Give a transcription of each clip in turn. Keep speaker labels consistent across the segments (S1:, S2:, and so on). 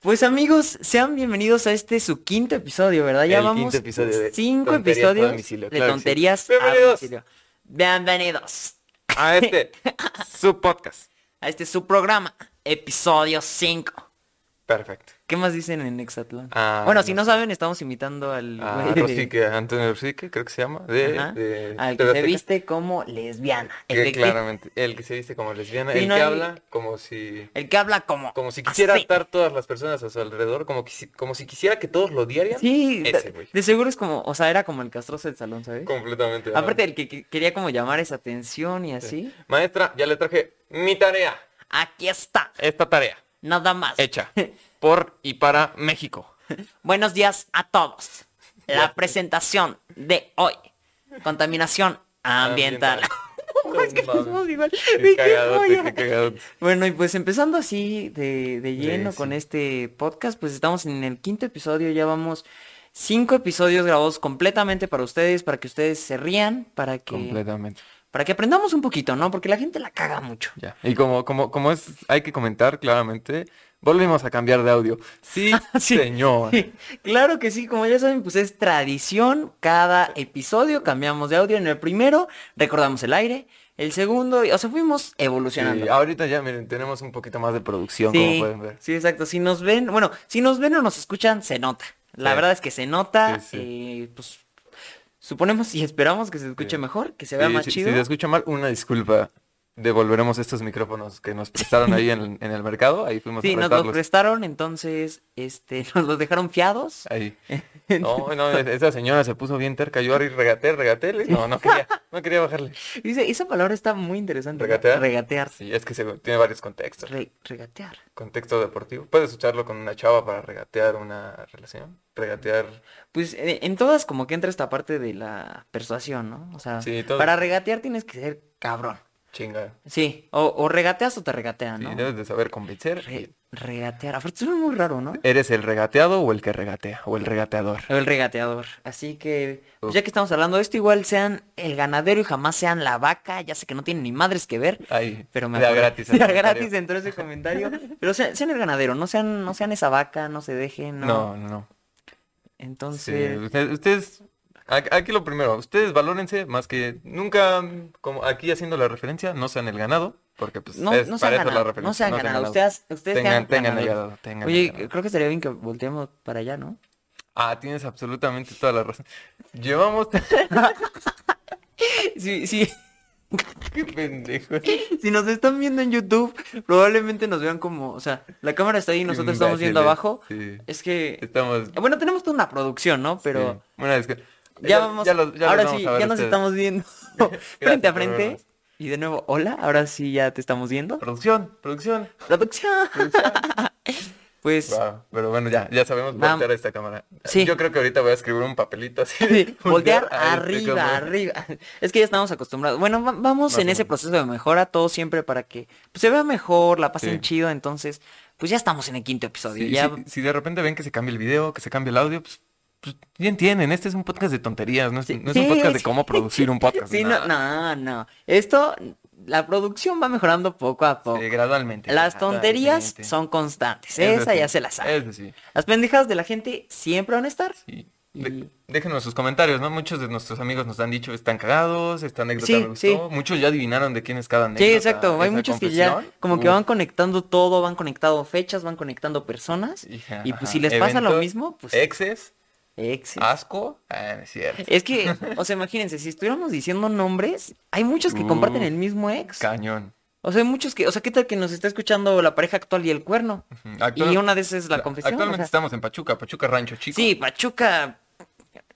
S1: Pues amigos, sean bienvenidos a este su quinto episodio, ¿verdad? Ya
S2: El
S1: vamos
S2: quinto episodio de
S1: cinco
S2: Tonterías a
S1: episodios
S2: domicilio,
S1: de
S2: claro que sí.
S1: tonterías. a
S2: Bienvenidos.
S1: domicilio. Bienvenidos
S2: A este, su podcast.
S1: a este su programa, episodio 5.
S2: Perfecto.
S1: ¿Qué más dicen en Exatlón?
S2: Ah,
S1: bueno, si
S2: no Ah,
S1: no saben, estamos imitando al
S2: A
S1: güey de-
S2: Rosique, a Antonio Rosique, creo que se llama. De,
S1: Ajá,
S2: de
S1: al que
S2: TV
S1: se
S2: Azteca,
S1: viste como lesbiana.
S2: que
S1: El que,
S2: claramente, el que se viste como lesbiana,
S1: Sí,
S2: el
S1: no
S2: que
S1: hay-
S2: habla como si...
S1: el que habla como...
S2: Como si quisiera
S1: así.
S2: atar todas las personas a su alrededor, como, que si- como si quisiera que todos lo odiaran.
S1: Sí,
S2: Ese,
S1: de-
S2: güey.
S1: de seguro es como, o sea, era como el castroso del salón, ¿sabes?
S2: Completamente. ajá.
S1: Aparte el que, que quería como llamar esa atención y así.
S2: Maestra, ya le traje mi tarea.
S1: Aquí está,
S2: Esta tarea,
S1: nada más.
S2: hecha por y para México.
S1: Buenos días a todos. La presentación de hoy. Contaminación
S2: Ah,
S1: ambiental. Oh, Es que nos vamos igual.
S2: Qué
S1: Qué
S2: cagadote,
S1: joya.
S2: qué cagadote.
S1: Bueno, y pues empezando así de, de lleno
S2: sí.
S1: con este podcast, pues estamos en el quinto episodio, ya vamos cinco episodios grabados completamente para ustedes, para que ustedes se rían, para que,
S2: Completamente.
S1: para que aprendamos un poquito, ¿no? Porque la gente la caga mucho.
S2: Ya. Y como, como, como es, hay que comentar claramente, volvimos a cambiar de audio. Sí,
S1: Ah, Sí.
S2: señor.
S1: Claro que sí, como ya saben, pues es tradición. Cada episodio cambiamos de audio. En el primero recordamos el aire. El segundo, y- o sea, fuimos
S2: Sí,
S1: evolucionando.
S2: ahorita ya, miren, tenemos un poquito más de producción, como
S1: Sí,
S2: pueden ver.
S1: sí, exacto. Si nos ven, bueno, si nos ven o nos escuchan, se nota. La
S2: Sí.
S1: verdad es que se nota.
S2: Sí, sí.
S1: eh, pues suponemos y esperamos que se escuche
S2: Sí.
S1: mejor, que se vea
S2: Sí,
S1: más
S2: si,
S1: chido.
S2: si se escucha mal, una disculpa. Devolveremos estos micrófonos que nos prestaron ahí en, en el mercado. Ahí fuimos
S1: Sí,
S2: a
S1: nos lo
S2: prestarlos.
S1: prestaron, entonces, este, nos los dejaron fiados.
S2: Ahí. No, no, es- esa señora se puso bien terca. Yo ahí regateé, regateé. le- No, no quería, no quería bajarle.
S1: Dice, esa palabra está muy interesante. ¿no?
S2: ¿Regatear?
S1: Regatear.
S2: Sí, es que se, tiene varios contextos.
S1: Re- regatear.
S2: Contexto deportivo. Puedes usarlo con una chava para regatear una relación. Regatear.
S1: Pues eh, en todas como que entra esta parte de la persuasión, ¿no? O sea,
S2: Sí, todo.
S1: para regatear tienes que ser cabrón.
S2: Chinga.
S1: Sí, o, o regateas o te regatean,
S2: Sí,
S1: ¿no?
S2: debes de saber convencer.
S1: Re- regatear. Aparte suena muy raro, ¿no?
S2: ¿Eres el regateado o el que regatea? O el regateador.
S1: O El regateador. Así que, pues,
S2: Uf.
S1: ya que estamos hablando de esto, igual sean el ganadero y jamás sean la vaca. Ya sé que no tienen ni madres que ver,
S2: Ahí.
S1: pero me
S2: da
S1: acordé.
S2: gratis. el
S1: Ya
S2: comentario.
S1: gratis dentro de ese comentario. Pero sean, sean el ganadero, no sean, no sean esa vaca, no se dejen, no.
S2: No, no, no. Sí,
S1: Entonces,
S2: usted- ustedes, ac- aquí lo primero, ustedes valórense más que nunca, mm, como aquí haciendo la referencia, no sean el ganado, porque pues
S1: no,
S2: es
S1: no sean
S2: para eso la
S1: ganado,
S2: referencia.
S1: no sean ganado.
S2: ganado.
S1: Ustedes, ustedes
S2: tengan,
S1: sean
S2: tengan el
S1: ganadores.
S2: ganado, tengan el
S1: Oye,
S2: ganado.
S1: creo que estaría bien que volteemos para allá, ¿no?
S2: Ah, tienes absolutamente toda la razón. Llevamos...
S1: Sí, sí.
S2: Qué pendejo.
S1: Si nos están viendo en YouTube, probablemente nos vean como, o sea, la cámara está ahí y nosotros estamos viendo
S2: Imbéciles.
S1: abajo.
S2: Sí,
S1: Es que,
S2: estamos...
S1: bueno, tenemos toda una producción, ¿no? Pero
S2: sí. Bueno, es que-
S1: ya, vamos,
S2: los- ya los
S1: ahora
S2: vamos
S1: sí,
S2: a ver
S1: ya nos
S2: ustedes.
S1: estamos viendo frente
S2: Gracias
S1: a
S2: por
S1: frente.
S2: vernos.
S1: Y de nuevo, hola, ahora sí ya te estamos viendo.
S2: Producción, producción.
S1: Producción. pues,
S2: Wow, Pero bueno, ya, ya sabemos
S1: Vam-
S2: voltear a esta cámara.
S1: Sí.
S2: Yo creo que ahorita voy a escribir un papelito así.
S1: Sí, voltear
S2: a este
S1: arriba,
S2: cámara.
S1: arriba. Es que ya estamos acostumbrados. Bueno, va- vamos
S2: Más
S1: en
S2: o
S1: ese
S2: menos.
S1: proceso de mejora todo siempre para que pues, se vea mejor, la pasen
S2: Sí.
S1: chido. Entonces, pues ya estamos en el quinto episodio.
S2: Sí,
S1: ya
S2: si, si de repente ven que se cambia el video, que se cambia el audio, pues, pues ya entienden, este es un podcast de tonterías, no es,
S1: Sí,
S2: no es un
S1: sí,
S2: podcast de
S1: sí.
S2: cómo producir un podcast.
S1: Sí, no, no, no. Esto, la producción va mejorando poco a poco.
S2: Sí, eh, gradualmente.
S1: Las tonterías
S2: Gradualmente.
S1: son constantes.
S2: Eso
S1: Esa
S2: sí,
S1: ya se la sabe.
S2: Eso sí.
S1: Las pendejas de la gente siempre van a estar.
S2: sí.
S1: Y-
S2: De- déjenos sus comentarios, ¿no? Muchos de nuestros amigos nos han dicho están cagados, esta anécdota
S1: Sí,
S2: me gustó. Muchos ya adivinaron de quién es cada anécdota.
S1: sí, exacto. Hay
S2: esa
S1: muchos que ya
S2: confesión.
S1: como que
S2: Uf,
S1: van conectando todo, van conectando fechas, van conectando personas.
S2: hija,
S1: Y pues
S2: ajá.
S1: si les pasa lo
S2: Eventos,
S1: mismo, pues
S2: Exes,
S1: exes.
S2: asco. Ah, no es cierto.
S1: Es que, o sea, imagínense, si estuviéramos diciendo nombres, hay muchos que comparten
S2: Uh,
S1: el mismo ex.
S2: Cañón.
S1: O sea, hay muchos que, o sea, ¿qué tal que nos está escuchando la pareja actual y el cuerno?
S2: Ujú.
S1: y
S2: Actual-
S1: una de esas es la confesión. o
S2: Actualmente
S1: sea,
S2: estamos en Pachuca, Pachuca Rancho Chico.
S1: Sí, Pachuca.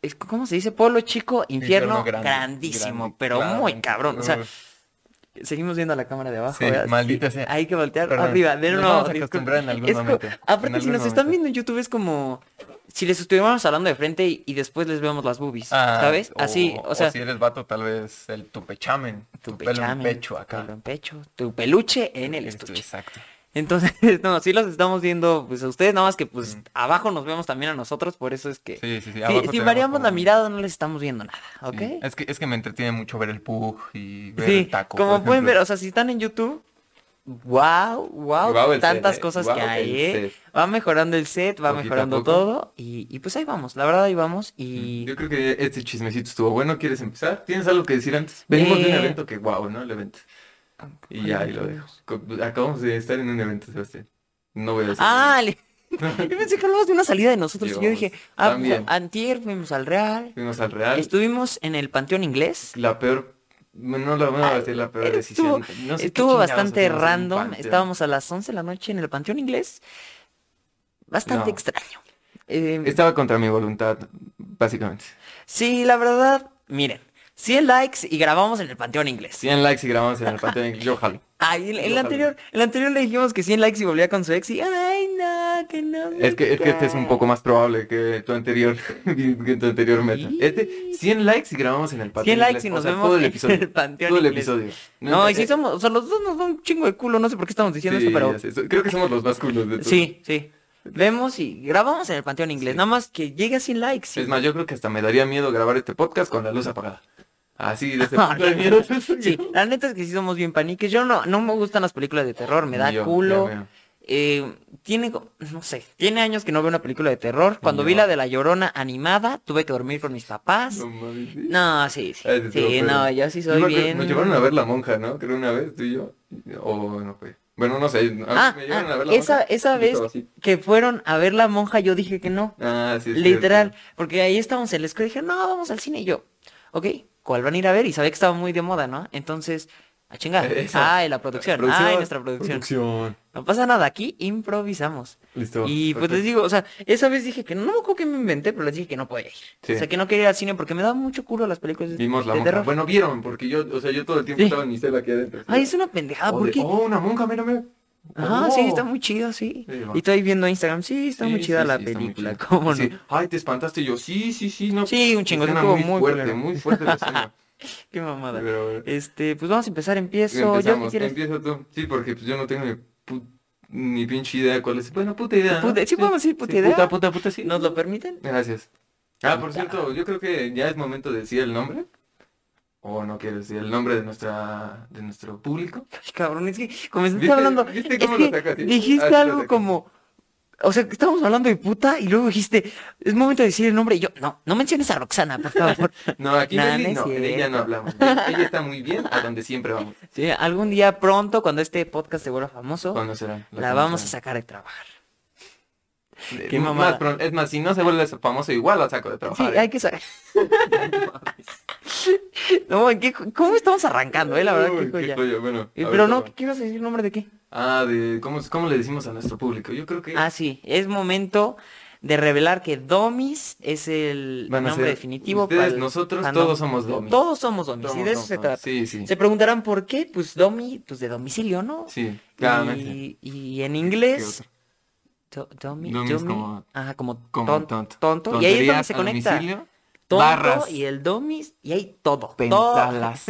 S1: es- ¿Cómo se dice? Polo chico, infierno,
S2: Infierno grande,
S1: grandísimo,
S2: grande,
S1: pero muy
S2: claramente.
S1: cabrón. O sea,
S2: Uf.
S1: seguimos viendo a la cámara de abajo.
S2: Sí,
S1: ¿verdad?
S2: maldita sea.
S1: Hay que voltear
S2: Perdón,
S1: arriba. De
S2: nos
S1: nuevo,
S2: vamos a
S1: disculpa.
S2: acostumbrar en algún
S1: Es como-
S2: momento,
S1: Aparte,
S2: en
S1: si
S2: algún
S1: nos están
S2: momento.
S1: viendo en YouTube es como si les estuviéramos hablando de frente y, y después les vemos las boobies,
S2: Ah,
S1: ¿sabes? Así, o sea,
S2: si eres vato, tal vez el tupechamen. Tu, pelo en
S1: pechamen,
S2: pecho
S1: tu pelo
S2: acá.
S1: en pecho, tu peluche en el
S2: Esto,
S1: estuche.
S2: Exacto.
S1: Entonces, no, sí los estamos viendo, pues a ustedes, nada más que pues abajo nos vemos también a nosotros, por eso es que...
S2: Sí, sí, sí.
S1: si-
S2: abajo
S1: si
S2: tenemos
S1: variamos
S2: como-
S1: la mirada no les estamos viendo nada,
S2: sí.
S1: ¿ok?
S2: Es, que, es que me entretiene mucho ver el pug y ver
S1: Sí,
S2: el taco.
S1: como
S2: por
S1: pueden ver,
S2: ejemplo.
S1: o sea, si están en YouTube, Wow, wow,
S3: Guau el set,
S1: tantas
S3: eh.
S1: cosas que
S3: Guau
S1: hay,
S3: el
S1: ¿eh?
S3: set.
S1: Va mejorando el set, va
S2: Poquito a
S1: mejorando
S2: poco.
S1: todo y, y pues ahí vamos, la verdad ahí vamos y...
S2: Yo creo que este chismecito estuvo bueno. ¿Quieres empezar? ¿Tienes algo que decir antes? Venimos de un
S1: Eh.
S2: evento que wow, ¿no? El evento. Y
S1: ¿Cuál
S2: ya, ahí
S1: evento
S2: lo dejo.
S1: vimos?
S2: Co- Acabamos de estar en un evento, Sebastián. No voy a decir.
S1: Ah, le- yo pensé que hablabas de una salida de nosotros. y yo
S2: Dios,
S1: dije, ah,
S2: también.
S1: antier fuimos al Real,
S2: Fuimos al Real.
S1: estuvimos en el Panteón Inglés.
S2: La peor... No la voy a decir la peor decisión. No sé qué
S1: Ah, Estuvo
S2: chingados
S1: bastante
S2: hacemos en un
S1: random.
S2: panteón.
S1: Estábamos a las 11 de la noche en el Panteón Inglés. Bastante
S2: No.
S1: extraño. Eh,
S2: Estaba contra mi voluntad, básicamente.
S1: Sí, la verdad, miren, 100 likes y grabamos en el Panteón Inglés.
S2: 100 likes y grabamos en el panteón. Yo jalo.
S1: Ay, el, el
S2: Ojalá.
S1: anterior, el anterior le dijimos que 100 likes y volvía con su ex y ay no, que no. me
S2: Es que, es que este es un poco más probable que tu anterior, que tu anterior meta. Este, 100 likes y grabamos en el patio.
S1: 100 likes y nos vemos
S2: todo el
S1: en
S2: episodio.
S1: el panteón
S2: todo el
S1: inglés.
S2: episodio.
S1: No, y
S2: Eh,
S1: si somos, o sea, los dos nos da un chingo de culo, no sé por qué estamos
S2: sí,
S1: diciendo esto, pero
S2: ya sé, so- Creo que somos los más culos de todos.
S1: sí, sí. Vemos y grabamos en el Panteón Inglés,
S2: Sí.
S1: nada más que llegue a 100 likes. y-
S2: Es más, yo creo que hasta me daría miedo grabar este podcast con la luz apagada. Así de ese
S1: No,
S2: punto de
S1: Ah, no,
S2: miedo.
S1: Sí, la neta es que sí somos bien paniques. Yo no, no me gustan las películas de terror, me da
S2: Ni yo,
S1: culo.
S2: ya veo.
S1: Eh, tiene, co- no sé, tiene años que no veo una película de terror. Cuando vi
S2: yo.
S1: la de La Llorona animada, tuve que dormir con mis papás.
S2: No mames, sí.
S1: No, sí, sí.
S2: Ah, ese estuvo
S1: Sí,
S2: feo.
S1: no, yo sí
S2: Yo
S1: soy
S2: me acuerdo-
S1: bien.
S2: Nos llevaron a ver la monja, ¿no? Creo una vez, tú y yo. O no fue. Bueno, no sé. a mí
S1: Ah,
S2: me llevaron
S1: ah,
S2: a ver la
S1: esa,
S2: monja
S1: esa
S2: y yo
S1: vez
S2: estaba así.
S1: que fueron a ver la monja, yo dije que no.
S2: Ah, sí, es cierto.
S1: Literal, porque ahí estábamos en la escuela y dije, no, vamos al cine. Y yo, ok, ¿cuál van a ir a ver? Y sabía que estaba muy de moda, ¿no? Entonces, a chingar.
S2: Esa.
S1: Ay, Ah, la producción. Ay, nuestra producción. No pasa nada, aquí improvisamos.
S2: Listo.
S1: y pues les
S2: perfecto.
S1: digo, o sea, esa vez dije que no me acuerdo que me inventé, pero les dije que no podía ir.
S2: Sí.
S1: O sea, que no quería ir al cine porque me da mucho culo las películas de,
S2: Vimos la
S1: de
S2: monja.
S1: terror.
S2: Bueno, vieron, porque yo, o sea, yo todo el tiempo
S1: Sí.
S2: estaba en mi cela aquí adentro.
S1: Ay, es una pendejada,
S2: O
S1: ¿por
S2: de,
S1: qué?
S2: Oh, una monja, mira, mira.
S1: Ah,
S2: Oh.
S1: sí, está muy chido, sí.
S2: Sí, va.
S1: y estoy viendo Instagram, sí, está
S2: Sí,
S1: muy chida
S2: sí,
S1: la
S2: sí, está muy
S1: película,
S2: chida.
S1: ¿cómo no?
S2: Sí. Ay, te espantaste Y yo. Sí, sí, sí, no.
S1: Sí, un chingo,
S2: escena
S1: estuvo
S2: muy,
S1: muy
S2: fuerte,
S1: culero.
S2: muy fuerte la escena.
S1: Qué mamada.
S2: Pero,
S1: Este, pues vamos a empezar, empiezo. Yo que
S2: empezamos.
S1: quieres.
S2: Empieza tú. Sí, porque pues, yo no tengo ni, pu- ni pinche idea cuál es. Bueno, puta idea. ¿no?
S1: Puta- sí, podemos decir puta idea.
S2: Puta, puta, puta, sí.
S1: ¿Nos lo permiten?
S2: Gracias. Ah, por
S1: Puta.
S2: cierto, yo creo que ya es momento de decir el nombre. O no quiero decir el nombre de nuestra de nuestro público.
S1: Ay, cabrón, es que comenzaste
S2: ¿Viste-
S1: hablando.
S2: viste
S1: es
S2: cómo lo
S1: que
S2: sacaste? Ah,
S1: dijiste
S2: sí lo
S1: algo
S2: saqué.
S1: como. O sea, que estábamos hablando de puta y luego dijiste, es momento de decir el nombre. Y yo, no, no menciones a Roxana, por favor.
S2: No, aquí
S1: Nah,
S2: Nelly,
S1: no
S2: no,
S1: es
S2: de ella
S1: cierto.
S2: no hablamos. De- Ella está muy bien a donde siempre vamos.
S1: Sí, algún día pronto, cuando este podcast se vuelva famoso,
S2: ¿Cuándo será?
S1: la vamos a sacar de trabajar.
S2: sacar.
S1: qué
S2: más
S1: mamada.
S2: pronto- es más, si no se vuelve famoso, igual la saco de
S1: Sí,
S2: trabajar. ¿eh?
S1: hay que sacar. no, ¿en qué- ¿cómo estamos arrancando, eh? La verdad,
S2: Uy,
S1: qué joya.
S2: joya, Bueno, a
S1: Eh,
S2: ver,
S1: Pero no,
S2: toma.
S1: ¿qué ibas a decir? ¿Nombre de qué?
S2: Ah, de ¿cómo, cómo le decimos a nuestro público. Yo creo que
S1: Ah, sí, es momento de revelar que Domis es el
S2: van a
S1: nombre
S2: ser
S1: definitivo
S2: ustedes,
S1: el
S2: nosotros,
S1: fandom.
S2: todos somos domis.
S1: Todos somos Domis, y
S2: Somos
S1: de eso se
S2: domis.
S1: trata.
S2: Sí, sí.
S1: Se preguntarán por qué, pues Domi, pues de domicilio, ¿no?
S2: Sí, claramente.
S1: Y, y en
S2: ¿Qué
S1: inglés,
S2: otro?
S1: do- domi,
S2: Domi
S1: domi,
S2: es como-
S1: ajá, como,
S2: Como
S1: ton-
S2: tonto.
S1: tonto, y ahí es donde
S2: Tonterías
S1: se
S2: a
S1: conecta.
S2: domicilio,
S1: Tonto
S2: barras.
S1: y el domis, y ahí todo. todo.
S2: Pentalas.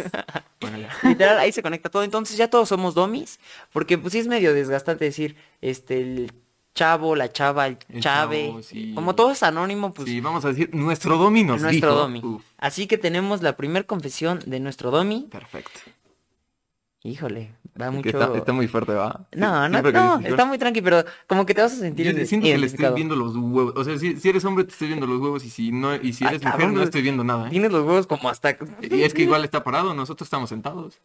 S2: Bueno, ya.
S1: Literal, ahí se conecta todo. Entonces ya todos somos domis. Porque pues sí es medio desgastante decir, este, el chavo, la chava, el,
S2: El
S1: chave.
S2: chavo, sí.
S1: Como todo es anónimo, pues
S2: sí, vamos a decir, nuestro domi nos
S1: nuestro
S2: dijo.
S1: domi.
S2: Uf,
S1: Así que tenemos la primer confesión de nuestro domi.
S2: perfecto.
S1: Híjole, va
S2: Que
S1: mucho.
S2: Está, está muy fuerte, va.
S1: No, no,
S2: Sí, siempre que
S1: no,
S2: dices,
S1: está muy tranqui, pero como que te vas a sentir
S2: Yo te-
S1: ide-
S2: siento que le estoy
S1: identificado.
S2: viendo los huevos. O sea, si, si eres hombre te estoy viendo los huevos y si no y si
S1: Ay,
S2: eres mujer
S1: Ah, cabrón,
S2: no
S1: güey.
S2: estoy viendo nada. ¿eh?
S1: Tienes los huevos como hasta...
S2: Y es que igual está parado, nosotros estamos sentados.